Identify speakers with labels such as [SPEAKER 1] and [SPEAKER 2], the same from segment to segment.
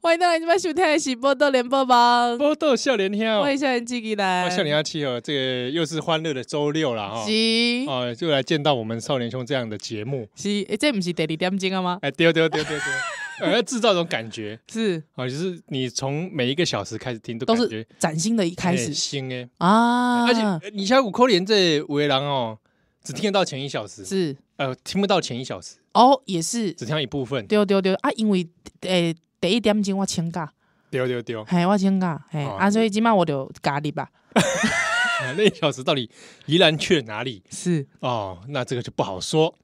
[SPEAKER 1] 欢迎到来这边收听的是《波多连播报》，
[SPEAKER 2] 波豆笑脸听哦，
[SPEAKER 1] 欢迎笑脸记起
[SPEAKER 2] 哦
[SPEAKER 1] 来，
[SPEAKER 2] 笑脸阿七哦，这个又是欢乐的周六了哈、
[SPEAKER 1] 是
[SPEAKER 2] 哦，就来见到我们少年兄这样的节目，
[SPEAKER 1] 是，诶这不是第二点钟啊吗？
[SPEAKER 2] 哎，丢丢丢丢 丢，呃，要制造一种感觉
[SPEAKER 1] 是，
[SPEAKER 2] 哦，就是你从每一个小时开始听都
[SPEAKER 1] 都
[SPEAKER 2] 感
[SPEAKER 1] 是
[SPEAKER 2] 觉
[SPEAKER 1] 崭新的一开
[SPEAKER 2] 哎
[SPEAKER 1] 始
[SPEAKER 2] 新哎，
[SPEAKER 1] 啊，
[SPEAKER 2] 而且呃你小五扣连这围狼哦，只听得到前一小时，
[SPEAKER 1] 是
[SPEAKER 2] 呃，听不到前一小时，
[SPEAKER 1] 哦，也是
[SPEAKER 2] 只听到一部分，
[SPEAKER 1] 对对对啊，因为诶第一点钟我请假，
[SPEAKER 2] 丢丢丢，
[SPEAKER 1] 嘿，我请假，嘿，
[SPEAKER 2] 哦
[SPEAKER 1] 啊，所以今晚我就咖喱吧，
[SPEAKER 2] 啊那一小时到底宜兰去了哪里？
[SPEAKER 1] 是，
[SPEAKER 2] 哦，那这个就不 好说。哦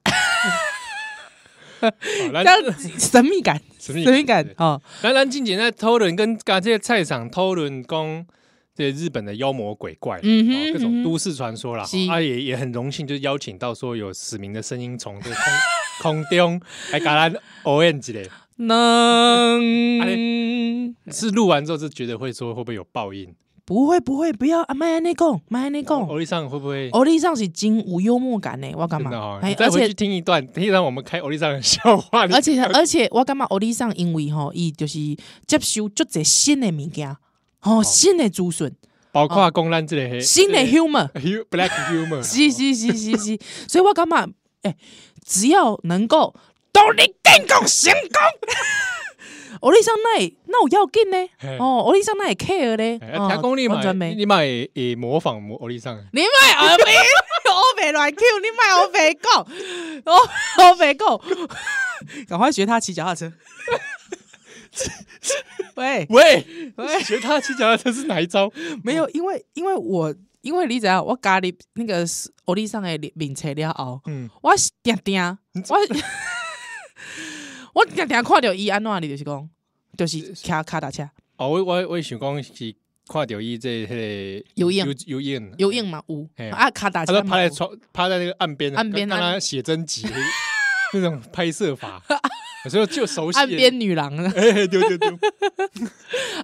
[SPEAKER 2] 来
[SPEAKER 1] 这样神秘感，
[SPEAKER 2] 神
[SPEAKER 1] 神秘感哦，
[SPEAKER 2] 咱咱之前在讨论跟甲这个菜场讨论讲，这日本的妖魔鬼怪，
[SPEAKER 1] 嗯
[SPEAKER 2] 哦
[SPEAKER 1] 哼，
[SPEAKER 2] 各
[SPEAKER 1] 嗯
[SPEAKER 2] 种
[SPEAKER 1] 哼
[SPEAKER 2] 都市传说啦。
[SPEAKER 1] 是
[SPEAKER 2] 哦啊，也也很荣幸，就邀请到说有使命的声音从这个空空中来甲咱 orange 嘞， 啊
[SPEAKER 1] 能。
[SPEAKER 2] 是录完之后是觉得会说会不会有报应？
[SPEAKER 1] 不会不会，不要啊！麦安内贡，麦安内贡，
[SPEAKER 2] 欧丽上会不会？
[SPEAKER 1] 欧丽上是真有幽默感呢，我干
[SPEAKER 2] 真
[SPEAKER 1] 嘛
[SPEAKER 2] 的
[SPEAKER 1] 哦
[SPEAKER 2] 哦？，
[SPEAKER 1] 哎
[SPEAKER 2] 你再
[SPEAKER 1] 而
[SPEAKER 2] 回去
[SPEAKER 1] 且
[SPEAKER 2] 听一段，听一段我们开欧丽上的笑话。
[SPEAKER 1] 而且而且，我感觉欧丽上因为吼，伊就是接受足侪新的物件，吼
[SPEAKER 2] 哦
[SPEAKER 1] 新的资讯，
[SPEAKER 2] 包括公咱这个
[SPEAKER 1] 新的 humor，
[SPEAKER 2] hu- black humor，
[SPEAKER 1] 是是是是是，所以我感觉，哎，只要能够独立建功成 功，欧丽上那那有要紧呢？
[SPEAKER 2] 嘿
[SPEAKER 1] 哦，欧丽上那也 care 咧，
[SPEAKER 2] 哎啊听讲你
[SPEAKER 1] 哦完全
[SPEAKER 2] 嘛，
[SPEAKER 1] 没。
[SPEAKER 2] 你嘛会会模仿模欧丽上。
[SPEAKER 1] 你 卖耳鼻，我袂乱 Q，你卖我袂讲，我我袂讲，赶快学他骑脚踏 车。喂
[SPEAKER 2] 喂，
[SPEAKER 1] 喂，
[SPEAKER 2] 学他去讲，这是哪一招？
[SPEAKER 1] 没有，因为因为我因为你知道，我家里那个欧丽上的名册了后，
[SPEAKER 2] 嗯，
[SPEAKER 1] 我是定定，我 我定定看到伊安怎，你就是讲，就是骑卡踏车
[SPEAKER 2] 哦，我我我想讲是看到伊这迄个
[SPEAKER 1] 游泳
[SPEAKER 2] 游泳
[SPEAKER 1] 游，泳嘛有
[SPEAKER 2] 嘿
[SPEAKER 1] 啊，卡踏车
[SPEAKER 2] 他说趴
[SPEAKER 1] 嘛
[SPEAKER 2] 在
[SPEAKER 1] 有。
[SPEAKER 2] 床趴在那个岸边，
[SPEAKER 1] 岸边啊
[SPEAKER 2] 看他
[SPEAKER 1] 岸
[SPEAKER 2] 写真集 那种拍 摄法，有时候就熟悉
[SPEAKER 1] 岸边，女郎啊
[SPEAKER 2] 哎，嘿对 对对，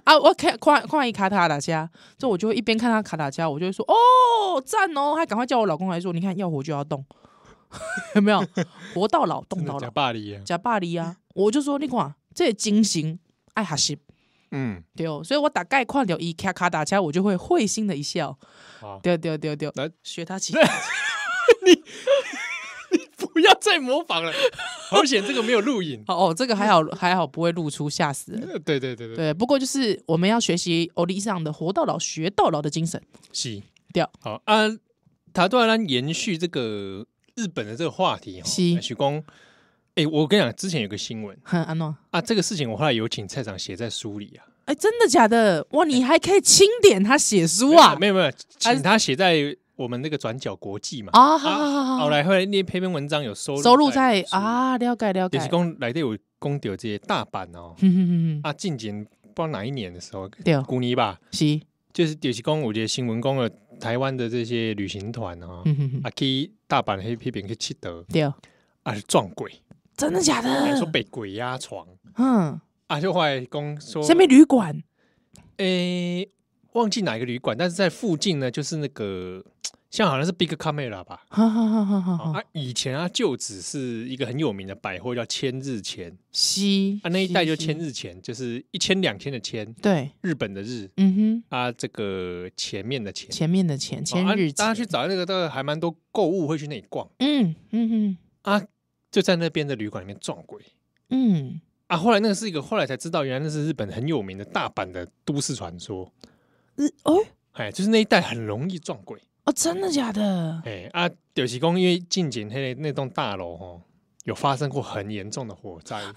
[SPEAKER 1] 啊，我看看看一卡塔打家，之后我就会一边看他卡塔家，我就会说哦赞哦，还赶快叫我老公来说，你看要活就要动， 有 没有？活到老动到
[SPEAKER 2] 假
[SPEAKER 1] 老，
[SPEAKER 2] 巴黎啊，
[SPEAKER 1] 假巴黎啊！我就说你看这个精神爱学习
[SPEAKER 2] 嗯，
[SPEAKER 1] 对哦，所以我大概看到一卡卡打家，我就会会心的一笑，
[SPEAKER 2] 好，
[SPEAKER 1] 对对对对
[SPEAKER 2] 来，
[SPEAKER 1] 学他起，
[SPEAKER 2] 不要再模仿了，好险这个没有录影，
[SPEAKER 1] 好 哦，这个还好还好不会露出吓死人。
[SPEAKER 2] 呃对对对对，
[SPEAKER 1] 对，不过就是我们要学习欧丽上的“活到老学到老”的精神。
[SPEAKER 2] 是，
[SPEAKER 1] 对，
[SPEAKER 2] 好啊，他突然延续这个日本的这个话题，哦
[SPEAKER 1] 是
[SPEAKER 2] 许光，哎，我跟你讲，之前有个新闻。
[SPEAKER 1] 很安诺，
[SPEAKER 2] 啊，这个事情我后来有请蔡长写在书里啊。
[SPEAKER 1] 哎，真的假的？哇，你还可以清点他写书啊？
[SPEAKER 2] 没有没有，请他写在我们那个转角国际嘛。
[SPEAKER 1] 啊，好好好
[SPEAKER 2] 后
[SPEAKER 1] 好，
[SPEAKER 2] 来后来那篇篇文章有收
[SPEAKER 1] 收录在
[SPEAKER 2] 书，
[SPEAKER 1] 啊，了解了解
[SPEAKER 2] 也是。公来对我公丢这些大版哦。
[SPEAKER 1] 哼哼哼哼，
[SPEAKER 2] 啊，近年不知道哪一年的时候，
[SPEAKER 1] 对，哦
[SPEAKER 2] 古尼吧，
[SPEAKER 1] 是，
[SPEAKER 2] 就是有些公我觉得新闻公的台湾的这些旅行团哦，
[SPEAKER 1] 哼哼哼，
[SPEAKER 2] 啊去大阪黑批评去七德
[SPEAKER 1] 对，哦
[SPEAKER 2] 啊是撞鬼，
[SPEAKER 1] 真的假
[SPEAKER 2] 还
[SPEAKER 1] 的
[SPEAKER 2] 哎说？被鬼压床
[SPEAKER 1] 嗯，
[SPEAKER 2] 啊，就后来公说
[SPEAKER 1] 下面旅馆
[SPEAKER 2] 诶、忘记哪一个旅馆，但是在附近呢，就是那个像好像是 Big Camera 吧。
[SPEAKER 1] 哈哈哈哈哈哈，
[SPEAKER 2] 啊，以前啊，就只是一个很有名的百货叫千日前
[SPEAKER 1] 西
[SPEAKER 2] 啊，那一带就千，
[SPEAKER 1] 是
[SPEAKER 2] 日前，就是一千两千的千，
[SPEAKER 1] 对，
[SPEAKER 2] 日本的日
[SPEAKER 1] 嗯
[SPEAKER 2] 啊，这个前面的前
[SPEAKER 1] 哼，，前面的前
[SPEAKER 2] 哦
[SPEAKER 1] 前
[SPEAKER 2] 啊
[SPEAKER 1] 日
[SPEAKER 2] 大家
[SPEAKER 1] 前
[SPEAKER 2] 去找那个，大概还蛮多购物会去那里逛
[SPEAKER 1] 嗯嗯
[SPEAKER 2] 啊，就在那边的旅馆里面撞鬼
[SPEAKER 1] 嗯嗯，
[SPEAKER 2] 啊。后来那个是一个，后来才知道，原来那是日本很有名的大阪的都市传说，
[SPEAKER 1] 日哦
[SPEAKER 2] 哎，就是那一带很容易撞鬼。
[SPEAKER 1] 哦，真的假的？
[SPEAKER 2] 哎、啊，就是讲因为近景那那栋大楼哦，有发生过很严重的火灾。
[SPEAKER 1] 啊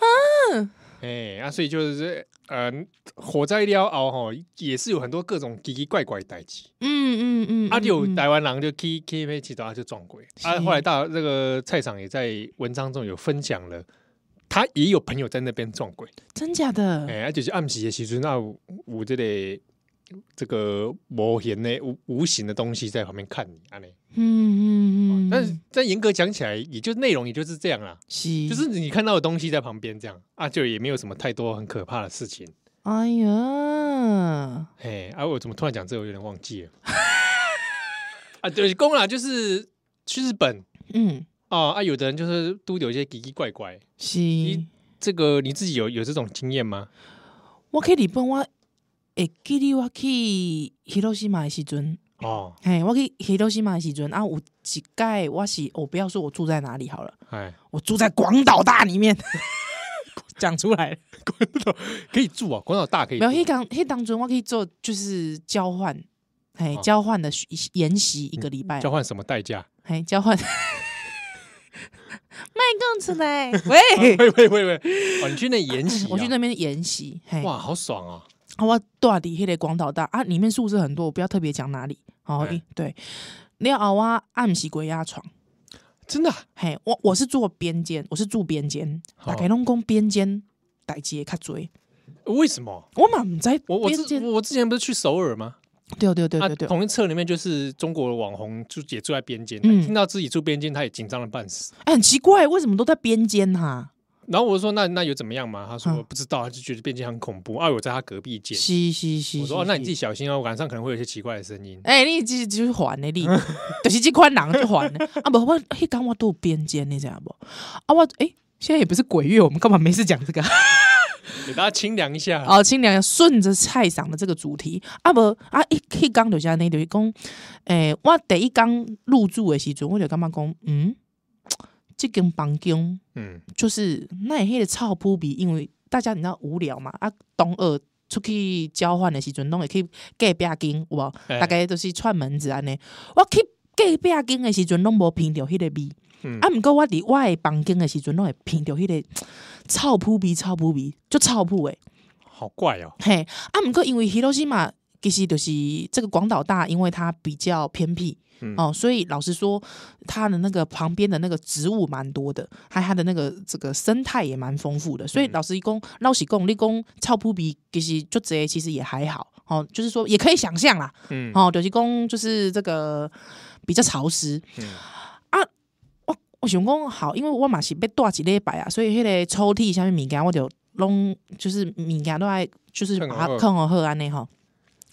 [SPEAKER 2] 嗯，哎、啊，所以就是呃，火灾了后吼，也是有很多各种奇奇怪怪的代志。
[SPEAKER 1] 嗯嗯嗯，
[SPEAKER 2] 啊，
[SPEAKER 1] 嗯
[SPEAKER 2] 有
[SPEAKER 1] 嗯
[SPEAKER 2] 台湾人就 K K 被气到，他就撞鬼。啊，
[SPEAKER 1] 是
[SPEAKER 2] 后来大这个菜场也在文章中有分享了。他也有朋友在那边撞鬼，
[SPEAKER 1] 真假
[SPEAKER 2] 哎、
[SPEAKER 1] 的？
[SPEAKER 2] 啊，就是暗时的时阵，那有有这个这个无形的无无形的东西在旁边看你，安尼。
[SPEAKER 1] 嗯嗯嗯，
[SPEAKER 2] 哦但是但严格讲起来，也就内容也就是这样啦，
[SPEAKER 1] 是
[SPEAKER 2] 就是你看到的东西在旁边这样啊，就也没有什么太多很可怕的事情。
[SPEAKER 1] 哎呀，
[SPEAKER 2] 嘿，啊，我怎么突然讲这个，我有点忘记了。 啊，对，公啦，就是去日本
[SPEAKER 1] 嗯
[SPEAKER 2] 啊啊，有的人就是都有一些奇奇怪怪。
[SPEAKER 1] 是。
[SPEAKER 2] 这个你自己有有这种经验吗？
[SPEAKER 1] 我去日本，我会记得我去希罗西马的时阵，
[SPEAKER 2] 哦，
[SPEAKER 1] 嘿，我去希罗西马的时阵啊，有一盖我是我不要说我住在哪里好了，
[SPEAKER 2] 哎，
[SPEAKER 1] 我住在广岛大里面， 讲出来了。
[SPEAKER 2] 可以住啊，广岛大可以
[SPEAKER 1] 没
[SPEAKER 2] 住，
[SPEAKER 1] 有，迄当迄当中我可以做就是交换，嘿，
[SPEAKER 2] 哦嗯
[SPEAKER 1] 交换的学研习一个礼拜
[SPEAKER 2] 交，换什么 代价？
[SPEAKER 1] 嘿，交换。卖供出来， 喂，
[SPEAKER 2] 喂喂喂喂，哦，你去那研习啊，
[SPEAKER 1] 我去那边研习，嘿，
[SPEAKER 2] 哇，好爽啊！
[SPEAKER 1] 啊，我住伫迄个广岛大啊，里面宿舍很多，我不要特别讲哪里。哦，
[SPEAKER 2] 嗯
[SPEAKER 1] 你对，了后我暗时鬼压床，
[SPEAKER 2] 真的啊
[SPEAKER 1] 嘿，我我是住边间，我是住边间，大
[SPEAKER 2] 哦
[SPEAKER 1] 概拢讲边间代志会较侪。
[SPEAKER 2] 为什么？
[SPEAKER 1] 我嘛毋知
[SPEAKER 2] 我我
[SPEAKER 1] 边
[SPEAKER 2] 之
[SPEAKER 1] 间，
[SPEAKER 2] 我之前不是去首尔吗？
[SPEAKER 1] 对对对
[SPEAKER 2] 啊
[SPEAKER 1] 对，对，
[SPEAKER 2] 同一侧里面就是中国的网红，住也住在边间，
[SPEAKER 1] 嗯
[SPEAKER 2] 听到自己住边间，他也紧张的半死。
[SPEAKER 1] 哎，很奇怪，为什么都在边间哈？
[SPEAKER 2] 然后我就说：“那那有怎么样嘛？”他说：“
[SPEAKER 1] 嗯
[SPEAKER 2] 不知道，他就觉得边间很恐怖。”啊，我在他隔壁间，
[SPEAKER 1] 是是是，
[SPEAKER 2] 我说：“
[SPEAKER 1] 是
[SPEAKER 2] 哦，那你自。己
[SPEAKER 1] 是
[SPEAKER 2] 小心哦，晚上可能会有一些奇怪的声音。
[SPEAKER 1] 哎、你这就是还的， 你就是这款人就还的啊！不，我迄讲我都有边间，你知道不？啊，我哎、现在也不是鬼月，我们干嘛没事讲这个啊？”
[SPEAKER 2] 给大家清凉一下。
[SPEAKER 1] 哦，清凉顺着菜场的这个主题，啊无啊一去讲就是安尼，就是讲，诶、我第一讲入住的时阵，我就感觉讲，嗯，这间房间
[SPEAKER 2] 嗯，
[SPEAKER 1] 就是那迄个臭扑鼻，因为大家你知道无聊嘛，啊，东二出去交换的时阵，拢会去隔壁间，有无？
[SPEAKER 2] 哎
[SPEAKER 1] 大概都是串门子安尼，我去。隔壁间的时阵，拢无闻着迄个味。
[SPEAKER 2] 嗯
[SPEAKER 1] 啊，毋过我伫我的房间的时阵，拢会闻着迄个臭扑鼻、臭扑鼻，就臭扑诶。
[SPEAKER 2] 好怪哦。
[SPEAKER 1] 嘿，啊，毋过因为 Hiroshima 其实就是这个广岛大，因为它比较偏僻、
[SPEAKER 2] 嗯
[SPEAKER 1] 哦，所以老实说，它的那个旁边的那个植物蛮多的，还有它的那个这个生态也蛮丰富的。所以
[SPEAKER 2] 嗯
[SPEAKER 1] 老实讲，老实讲，你讲臭扑鼻其实就这其实也还好哦，就是说也可以想象啦。
[SPEAKER 2] 嗯
[SPEAKER 1] 哦，就是讲就是这个比较潮湿。
[SPEAKER 2] 嗯
[SPEAKER 1] 我我想讲好，因为我嘛是被带一礼拜啊，所以迄个抽屉下面物件我就拢就是物件都爱就是
[SPEAKER 2] 放
[SPEAKER 1] 把
[SPEAKER 2] 好
[SPEAKER 1] 它放好好安尼吼。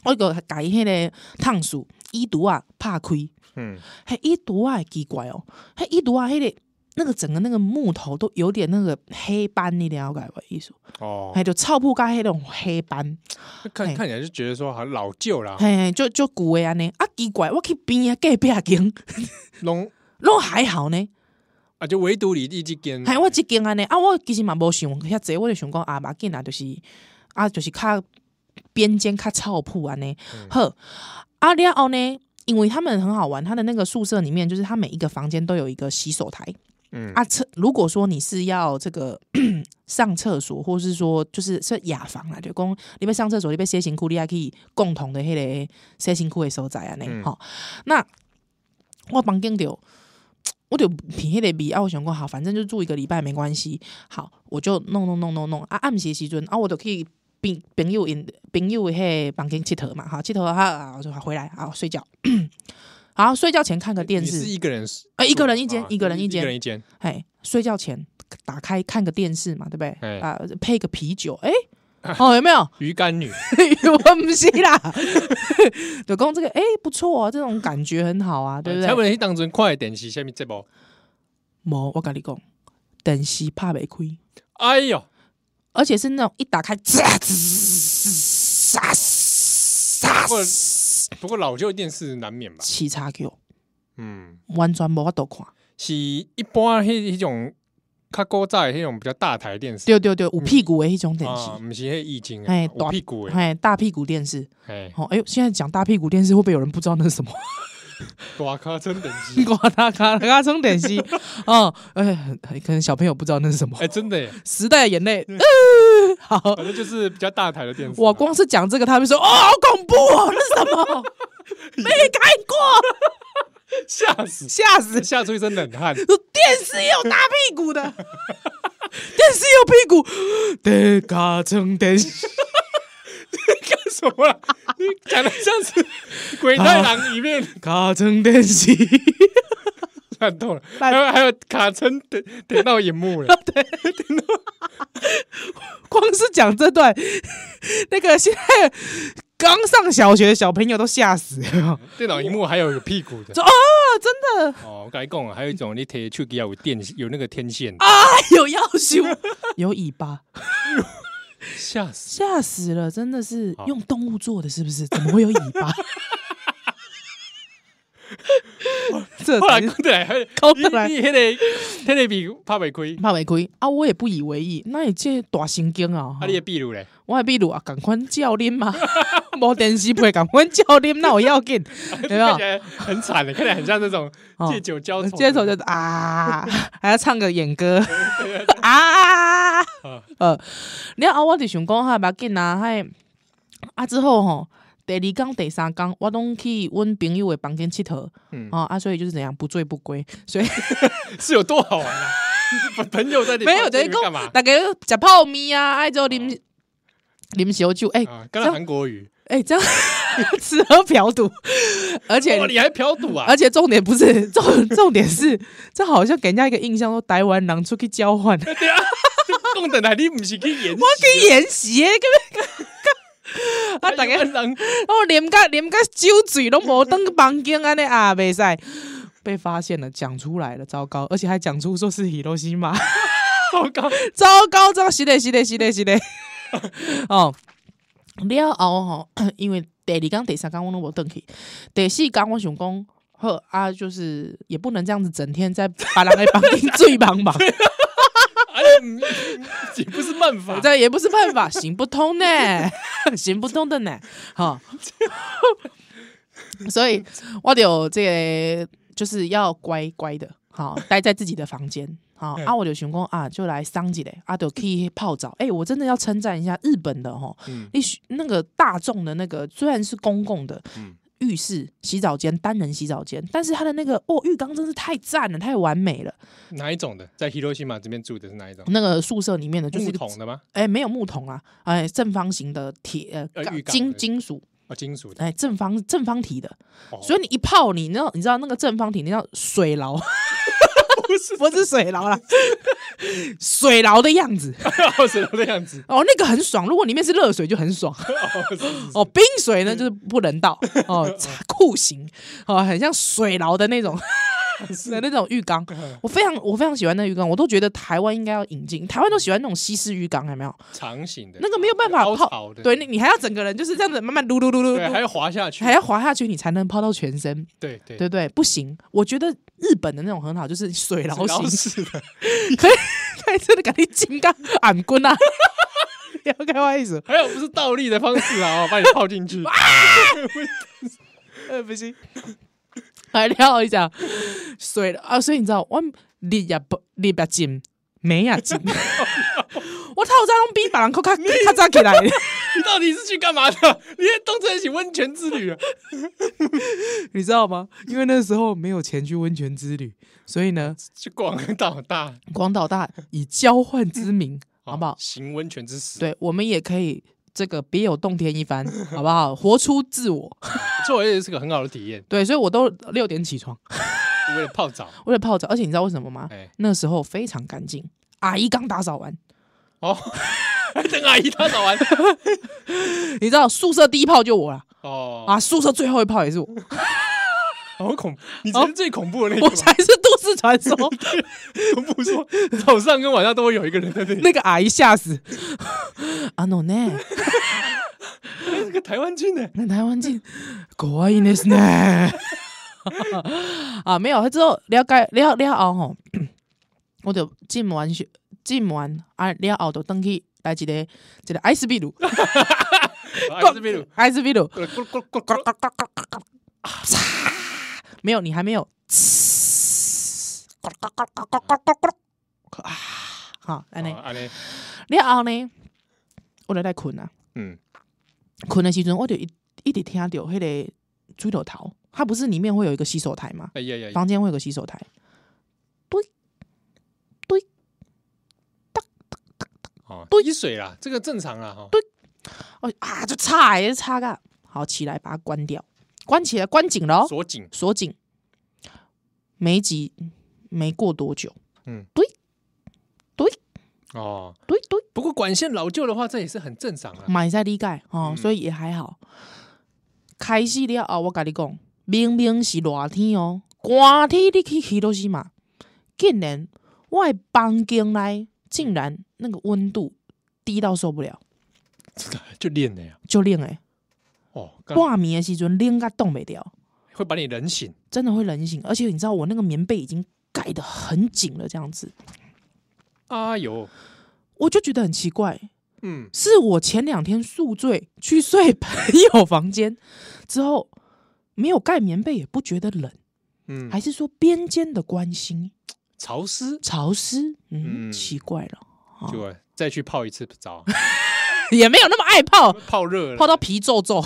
[SPEAKER 1] 我就甲伊迄个烫鼠伊毒啊拍开，迄
[SPEAKER 2] 嗯，
[SPEAKER 1] 伊毒啊奇怪哦，迄伊毒啊迄个那个整个那个木头都有点那个黑斑，你了解我的意思？
[SPEAKER 2] 哦，
[SPEAKER 1] 还就臭铺加迄种黑斑，
[SPEAKER 2] 看
[SPEAKER 1] 嘿
[SPEAKER 2] 看起来就觉得说好像老旧啦，
[SPEAKER 1] 嘿嘿，就就旧的安尼啊奇怪，我去边啊隔壁间
[SPEAKER 2] 拢
[SPEAKER 1] 拢还好呢。
[SPEAKER 2] 啊，就唯独你一直跟
[SPEAKER 1] 系我即间安尼啊，我其实嘛无想遐济，我就想讲啊，嘛紧啊，就是啊，就是较边间较臭铺安尼。好，啊了后呢，因为他们很好玩，他的那个宿舍里面，就是他每一个房间都有一个洗手台。
[SPEAKER 2] 嗯
[SPEAKER 1] 啊，厕如果说你是要这个 上厕所，或是说就是说雅房啦，就讲你要上厕所，你要洗身躯，你还可以共同的迄个洗身躯的所在安尼
[SPEAKER 2] 嗯
[SPEAKER 1] 吼。那我房间就我就品迄个味啊，我想讲好，反正就住一个礼拜没关系。好，我就弄弄弄弄弄啊，暗时的时阵啊，我就去朋朋友因朋友的迄个房间佚佗嘛，哈，佚佗啊啊，我就回来啊睡觉。 好，睡觉前看个电
[SPEAKER 2] 你
[SPEAKER 1] 视
[SPEAKER 2] 是，一个人睡，
[SPEAKER 1] 呃一个人一间
[SPEAKER 2] 啊
[SPEAKER 1] 一个人一间
[SPEAKER 2] 一个人一间，
[SPEAKER 1] 哎，睡觉前打开看个电视嘛，对不对？
[SPEAKER 2] 哎
[SPEAKER 1] 啊、配个啤酒，哎、 哦，有没有？
[SPEAKER 2] 鱼干女，
[SPEAKER 1] 我不是啦， 就讲这个，哎、不错啊，这种感觉很好啊，对不
[SPEAKER 2] 他
[SPEAKER 1] 对？
[SPEAKER 2] 们去当中快点是下面这部，
[SPEAKER 1] 无，我跟你讲，电视拍袂开，
[SPEAKER 2] 哎呦，
[SPEAKER 1] 而且是那种一打开，嚓滋沙沙
[SPEAKER 2] 不过不过老旧电视难免吧，
[SPEAKER 1] 起叉 Q，
[SPEAKER 2] 嗯，
[SPEAKER 1] 完全无法度看。
[SPEAKER 2] 是一般迄迄种较古早迄种比较大台电视，
[SPEAKER 1] 对对对，有屁股的迄种电
[SPEAKER 2] 啊，
[SPEAKER 1] 视，
[SPEAKER 2] 不是迄易经，
[SPEAKER 1] 哎
[SPEAKER 2] 哎，有
[SPEAKER 1] 大
[SPEAKER 2] 屁股诶，
[SPEAKER 1] 哎、大屁股电视。
[SPEAKER 2] 哎，
[SPEAKER 1] 哦，哎呦，现在讲大屁股电视，会不会有人不知道那是什么？
[SPEAKER 2] 大咖真等 级，
[SPEAKER 1] 呱嗒咔咔冲点 心，哦，哎，很很可能小朋友不知道那是什么，
[SPEAKER 2] 哎，真的耶，
[SPEAKER 1] 时代的眼泪。呃、好，
[SPEAKER 2] 反正就是比较大台的电视啊，
[SPEAKER 1] 我光是讲这个，他们说哦，好恐怖哦，那是什 么？没看过，
[SPEAKER 2] 吓死，
[SPEAKER 1] 吓死！
[SPEAKER 2] 吓出一身冷 汗，
[SPEAKER 1] 电视也有大屁股 的，电视也有屁股，得嘎成电视。
[SPEAKER 2] 干什么
[SPEAKER 1] 啊
[SPEAKER 2] 啦？你讲的像是《鬼太郎》里面。
[SPEAKER 1] 卡成电视，
[SPEAKER 2] 看透了，
[SPEAKER 1] 烂
[SPEAKER 2] 还有还有卡称点点到荧幕了，
[SPEAKER 1] 光是讲这段，那个现在刚上小学的小朋友都吓死了。
[SPEAKER 2] 电脑荧幕还有有屁股的
[SPEAKER 1] 这哦，真的，
[SPEAKER 2] 哦。我跟你讲啊，还有一种你贴手
[SPEAKER 1] 啊
[SPEAKER 2] 机要有电有那个天线，
[SPEAKER 1] 有要修，有尾巴，
[SPEAKER 2] 吓死！
[SPEAKER 1] 吓死了，真的是
[SPEAKER 2] 好
[SPEAKER 1] 用动物做的，是不是？怎么会有尾 巴？这
[SPEAKER 2] 后来
[SPEAKER 1] 才是
[SPEAKER 2] 讲得来，
[SPEAKER 1] 讲
[SPEAKER 2] 你
[SPEAKER 1] 得来
[SPEAKER 2] 你迄 个迄个比拍袂开，
[SPEAKER 1] 怕违规啊！我也不以为意，那你这大神经啊！
[SPEAKER 2] 啊，你的比如咧，
[SPEAKER 1] 我还比如啊，赶快教练嘛， 无电视配赶快教练，那我要 紧，对
[SPEAKER 2] 啊看
[SPEAKER 1] 吧
[SPEAKER 2] 起？来很惨的，看起来很像那种
[SPEAKER 1] 哦
[SPEAKER 2] 借酒浇愁，
[SPEAKER 1] 接手就是啊，还要唱个演歌 啊，
[SPEAKER 2] 嗯
[SPEAKER 1] 呃，你看啊，我就想讲哈，别紧啊，嗨，啊之后吼，第二天、第三天，我拢去阮朋友的房间佚佗，
[SPEAKER 2] 嗯
[SPEAKER 1] 哦啊，所以就是怎样不醉不归，所以
[SPEAKER 2] 是有多好玩啊！ 朋朋友在你
[SPEAKER 1] 没有
[SPEAKER 2] 房
[SPEAKER 1] 等
[SPEAKER 2] 间里
[SPEAKER 1] 于
[SPEAKER 2] 面干嘛哦
[SPEAKER 1] 讲，？大家食泡面啊，爱做啉啉小酒，哎、
[SPEAKER 2] 啊，刚才韩国语，
[SPEAKER 1] 哎、这样 吃喝嫖赌，而且
[SPEAKER 2] 哇，你还嫖赌啊？
[SPEAKER 1] 而且重点不是重重点是，这好像给人家一个印象说台湾人出去交换。
[SPEAKER 2] 对啊， 共等来，你不是哎去演习？啊我
[SPEAKER 1] 去演习的，个个啊，大家
[SPEAKER 2] 人
[SPEAKER 1] 哦，连个连个酒醉都无登房间安尼啊，袂使。被发现了，讲出来了，糟糕！而且还讲出说是喜罗西马，
[SPEAKER 2] 糟糕，
[SPEAKER 1] 糟糕，糟，是嘞，是嘞，是嘞，是嘞。 哦，了后吼，哦因为第二天、第三天我拢无登去，第四天我想讲，好啊，就是也不能这样子，整天在把人的房间 醉茫茫。
[SPEAKER 2] 哎，嗯也不是办 法，
[SPEAKER 1] 这也不是办法，行不通 呢，行不通的呢，哈。所以我就这个就是要乖乖的， 好待在自己的房间。好
[SPEAKER 2] 嗯
[SPEAKER 1] 啊，我就想讲啊，就来桑吉嘞，啊，就可以泡澡。哎、我真的要称赞一下日本的吼，
[SPEAKER 2] 嗯
[SPEAKER 1] 你许那个大众的那个虽然是公共的，
[SPEAKER 2] 嗯
[SPEAKER 1] 浴室、洗澡间、单人洗澡间，但是它的那个哦，浴缸真是太赞了，太完美了。
[SPEAKER 2] 哪一种的？在 Hiroshima 这边住的是哪一种？
[SPEAKER 1] 那个宿舍里面的嗯就是一
[SPEAKER 2] 木
[SPEAKER 1] 个
[SPEAKER 2] 桶的吗？
[SPEAKER 1] 哎、没有木桶啊，哎、正方形的铁呃
[SPEAKER 2] 呃
[SPEAKER 1] 钢
[SPEAKER 2] 浴缸
[SPEAKER 1] 金
[SPEAKER 2] 的
[SPEAKER 1] 金属，
[SPEAKER 2] 哦，金属 的。
[SPEAKER 1] 哎、正方正方体的，
[SPEAKER 2] 哦
[SPEAKER 1] 所以你一泡你，你知道你知道那个正方体，你知道水牢
[SPEAKER 2] 不是
[SPEAKER 1] 不是水牢啦，水牢的样子
[SPEAKER 2] 哦是那样子。
[SPEAKER 1] 哦，那个很爽。如果里面是热水就很爽
[SPEAKER 2] 哦是是是
[SPEAKER 1] 哦，冰水呢就是不人道 哦，酷刑哦，很像水牢的那种的那种浴缸。我非常我非常喜欢那浴缸，我都觉得台湾应该要引进，台湾都喜欢那种西式浴缸，有没有？
[SPEAKER 2] 长形的，
[SPEAKER 1] 那个没有办法
[SPEAKER 2] 凹
[SPEAKER 1] 泡，
[SPEAKER 2] 槽的，
[SPEAKER 1] 对你啊你还要整个人就是这样子慢慢撸撸撸撸
[SPEAKER 2] 对，还要滑下去
[SPEAKER 1] 还，要滑下去，你才能泡到全身，
[SPEAKER 2] 对对
[SPEAKER 1] 对，不对？不行，我觉得日本的那种很好，就是水牢
[SPEAKER 2] 然后
[SPEAKER 1] 型，
[SPEAKER 2] 是的，
[SPEAKER 1] 对，真的感觉金刚俺棍啊， 要开玩笑，
[SPEAKER 2] 还有不是倒立的方 式啊，哦把你泡进去，
[SPEAKER 1] 呃，不行，来聊一下水牢啊，所以你知道我日也不日也金，美也 金，我套餐拢比别人更 卡卡扎起来，
[SPEAKER 2] 你到底是去干嘛的？你也当成一起温泉之旅啊？
[SPEAKER 1] 你知道吗？因为那时候没有钱去温泉之旅，所以呢，
[SPEAKER 2] 去广岛大，
[SPEAKER 1] 广岛大以交换之 名，
[SPEAKER 2] 哦
[SPEAKER 1] 好不好？
[SPEAKER 2] 行温泉之死，
[SPEAKER 1] 对，我们也可以这个别有洞天一番，好不好？ 活出自我。
[SPEAKER 2] 这我也是个很好的体验，
[SPEAKER 1] 对，所以我都六点起床，
[SPEAKER 2] 为了泡澡，
[SPEAKER 1] 为了泡澡。而且你知道为什么吗？
[SPEAKER 2] 哎，
[SPEAKER 1] 那时候非常干净，阿姨刚打扫完。
[SPEAKER 2] 哦， 还等阿姨她澡完，
[SPEAKER 1] 你知道宿舍第一泡就我了
[SPEAKER 2] 哦，
[SPEAKER 1] 啊，宿舍最后一泡 也是我，
[SPEAKER 2] 好恐，你才是最恐怖的那
[SPEAKER 1] 哦我
[SPEAKER 2] 个吧，
[SPEAKER 1] 才是都市传 说。
[SPEAKER 2] 恐怖说早上跟晚上都会有一个人在那里，
[SPEAKER 1] 那个阿姨吓死， 啊 no 呢，
[SPEAKER 2] 那是个台湾军的，
[SPEAKER 1] 那台湾进 国外呢是 呢。啊，没有，之后了解了了后吼， 我就进完学进完啊了后就登去来一个一个 ice 壁炉。
[SPEAKER 2] 还是比 如。
[SPEAKER 1] ice video，
[SPEAKER 2] 咕噜咕噜咕噜咕噜咕噜
[SPEAKER 1] 没有，你还没有。好，啊安尼
[SPEAKER 2] 哦，安尼，
[SPEAKER 1] 了后呢，我就来困啊。
[SPEAKER 2] 嗯，
[SPEAKER 1] 困的时阵，我就一一直听到迄个水龙头，它不是里面会有一个洗手台吗？
[SPEAKER 2] 哎呀呀呀，
[SPEAKER 1] 房间会有个洗手台，
[SPEAKER 2] 哦，滴水啦，这个正常啦，哦哈，
[SPEAKER 1] 我啊就插也插个，好起来把它关掉，关起来，关紧了哦。
[SPEAKER 2] 锁紧，
[SPEAKER 1] 锁紧。没几没过多久，
[SPEAKER 2] 嗯，
[SPEAKER 1] 对，对，
[SPEAKER 2] 哦，
[SPEAKER 1] 对对，
[SPEAKER 2] 不过管线老旧的话，这也是很正常啦。
[SPEAKER 1] 买在理解哦，
[SPEAKER 2] 嗯
[SPEAKER 1] 所以也还好。开始了后，我跟你讲，明明是热天哦，寒天你去去都是嘛，竟然我的房间内竟然那个温度低到受不了，
[SPEAKER 2] 就练的呀。
[SPEAKER 1] 就练诶，
[SPEAKER 2] 哦，干
[SPEAKER 1] 挂眠的时阵练个冻没掉，
[SPEAKER 2] 会把你冷醒。
[SPEAKER 1] 真的会冷醒。而且你知道我那个棉被已经盖得很紧了，这样子，
[SPEAKER 2] 啊有，
[SPEAKER 1] 我就觉得很奇怪。
[SPEAKER 2] 嗯，
[SPEAKER 1] 是我前两天宿醉去睡 朋友房间之后，没有盖棉被也不觉得冷，
[SPEAKER 2] 嗯，
[SPEAKER 1] 还是说边间的关心
[SPEAKER 2] 潮湿，
[SPEAKER 1] 潮湿？嗯，
[SPEAKER 2] 嗯
[SPEAKER 1] 奇怪了，啊
[SPEAKER 2] 就呃再去泡一次澡，
[SPEAKER 1] 也没有那么爱泡，
[SPEAKER 2] 泡热了，
[SPEAKER 1] 泡到皮皱皱，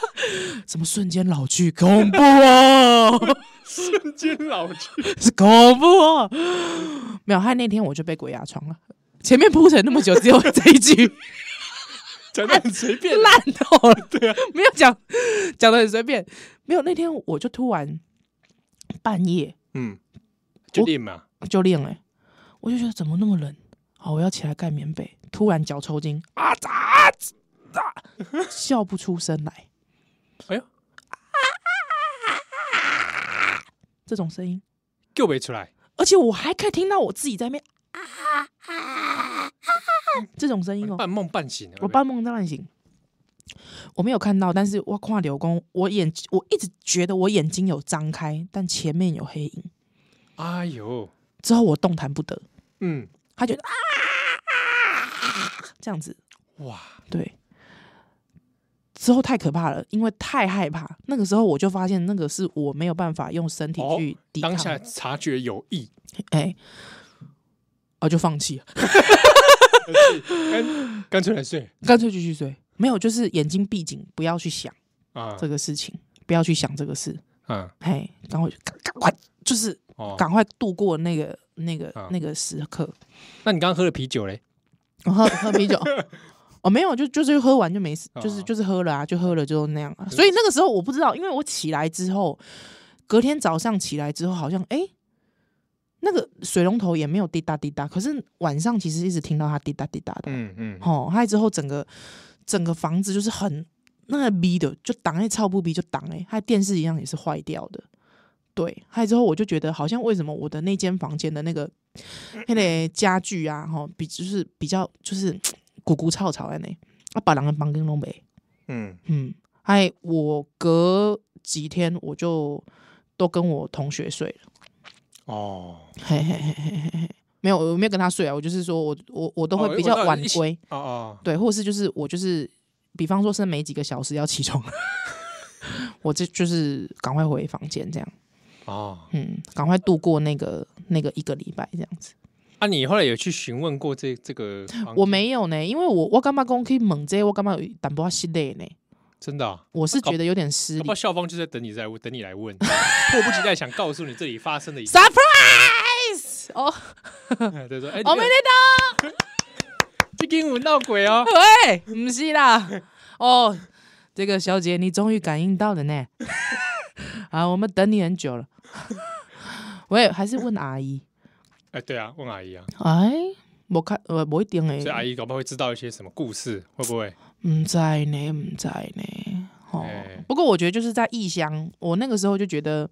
[SPEAKER 1] 怎么瞬间老去？恐怖哦，
[SPEAKER 2] 瞬间老去。
[SPEAKER 1] 是恐怖哦。没有，害那天我就被鬼压床了。前面铺陈那么久，只有这一句
[SPEAKER 2] 讲的很随便，
[SPEAKER 1] 烂透了，对啊，没有讲讲的很随便，没有。那天我就突然半夜
[SPEAKER 2] 嗯，就练嘛，
[SPEAKER 1] 就练哎、我就觉得怎么那么冷，好，我要起来盖棉被。突然脚抽筋，啊咋啊咋，笑不出声来。
[SPEAKER 2] 哎呦，
[SPEAKER 1] 这种声音，
[SPEAKER 2] 救不出来，
[SPEAKER 1] 而且我还可以听到我自己在那边啊啊啊啊这种声音哦。
[SPEAKER 2] 半梦半醒。
[SPEAKER 1] 我半梦半醒，我没有看到，但是我跨流光，我眼我一直觉得我眼睛有张开，但前面有黑影。
[SPEAKER 2] 哎呦，
[SPEAKER 1] 之后我动弹不得，
[SPEAKER 2] 嗯，
[SPEAKER 1] 他觉得啊这样子，
[SPEAKER 2] 哇，
[SPEAKER 1] 对。之后太可怕了，因为太害怕。那个时候我就发现，那个是我没有办法用身体
[SPEAKER 2] 哦
[SPEAKER 1] 去抵抗
[SPEAKER 2] 当
[SPEAKER 1] 的。
[SPEAKER 2] 下察觉有异，
[SPEAKER 1] 哎，哦我就放弃了，
[SPEAKER 2] 干干脆来睡
[SPEAKER 1] 干脆继续睡。没有，就是眼睛闭紧，不要去想
[SPEAKER 2] 啊
[SPEAKER 1] 这个事情，不要去想这个事。
[SPEAKER 2] 啊
[SPEAKER 1] 嘿，然后我就赶赶快，就是
[SPEAKER 2] 哦。
[SPEAKER 1] 赶快度过那个那个、
[SPEAKER 2] 啊
[SPEAKER 1] 那个时刻。
[SPEAKER 2] 那你刚刚喝了啤酒嘞？
[SPEAKER 1] 我喝喝啤酒，哦，没有，就就是喝完就没事，就是
[SPEAKER 2] 啊
[SPEAKER 1] 就是喝了啊，就喝了就那样啊。所以那个时候我不知道，因为我起来之后，隔天早上起来之后，好像哎、诶那个水龙头也没有滴答滴答，可是晚上其实一直听到它滴答滴答的。
[SPEAKER 2] 嗯嗯，
[SPEAKER 1] 哦，还之后整个整个房子就是很那个逼的，就挡哎，超不逼就挡哎，还电视一样也是坏掉的。对，还之后我就觉得好像为什么我的那间房间的那个那个家具啊，哈、比就是比较就是鼓鼓吵吵的呢，啊，把人的房间弄没，
[SPEAKER 2] 嗯
[SPEAKER 1] 嗯，还我隔几天我就都跟我同学睡了，
[SPEAKER 2] 哦
[SPEAKER 1] 嘿嘿嘿嘿嘿嘿，没有，我没有跟他睡啊，我就是说我我我都
[SPEAKER 2] 哦
[SPEAKER 1] 会比
[SPEAKER 2] 我
[SPEAKER 1] 较
[SPEAKER 2] 知道
[SPEAKER 1] 晚
[SPEAKER 2] 一起
[SPEAKER 1] 归，
[SPEAKER 2] 哦哦，
[SPEAKER 1] 对，或是就是我就是，比方说剩没几个小时要起床 了，我这就是赶快回房间这样，
[SPEAKER 2] 哦，
[SPEAKER 1] 嗯，赶快度过那个那个一个礼拜这样子。
[SPEAKER 2] 啊，你后来有去询问过这这个房？
[SPEAKER 1] 我没有呢，因为我我干嘛讲去猛这个我干嘛有淡薄系累呢？
[SPEAKER 2] 真的啊，
[SPEAKER 1] 我是觉得有点失
[SPEAKER 2] 搞
[SPEAKER 1] 礼
[SPEAKER 2] 不好校方就在等你在等你来问， 迫不及待想告诉你这里发生的 一切。
[SPEAKER 1] ，surprise 哦，
[SPEAKER 2] 对说，哎，
[SPEAKER 1] 我没得
[SPEAKER 2] 这跟我闹鬼哦，
[SPEAKER 1] 到，喂，不是啦，哦，这个小姐你终于感应到了呢， 啊，我们等你很久了， 喂，还是问阿姨，
[SPEAKER 2] 哎，对啊，问阿姨啊，
[SPEAKER 1] 哎，我看呃，不一定诶，
[SPEAKER 2] 所以阿姨搞不好会知道一些什么故事，会不会？
[SPEAKER 1] 唔知呢，唔知呢。哦，
[SPEAKER 2] 哎
[SPEAKER 1] 不过我觉得就是在异乡，我那个时候就觉得，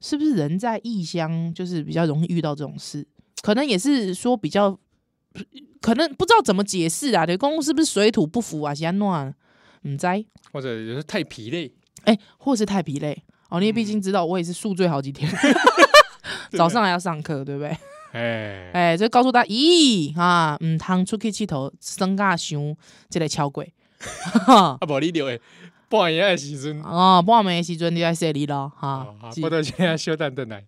[SPEAKER 1] 是不是人在异乡就是比较容易遇到这种事？可能也是说比较，可能不知道怎么解释啊。对，公是不是水土不服啊？是安暖，唔知哎、
[SPEAKER 2] 或者有时候太疲累，
[SPEAKER 1] 或是太疲累哦。你也毕竟知道，我也是宿醉好几天，早上还要上课，对不对？
[SPEAKER 2] 哎，
[SPEAKER 1] 哎、就告诉他，咦啊，唔通出去佚佗，身价伤，这个超贵。
[SPEAKER 2] 啊，无你就会半夜的时阵，
[SPEAKER 1] 哦，半暝的时阵你爱说你咯，哈、
[SPEAKER 2] 啊，
[SPEAKER 1] 啊是
[SPEAKER 2] 我到现在小等等来，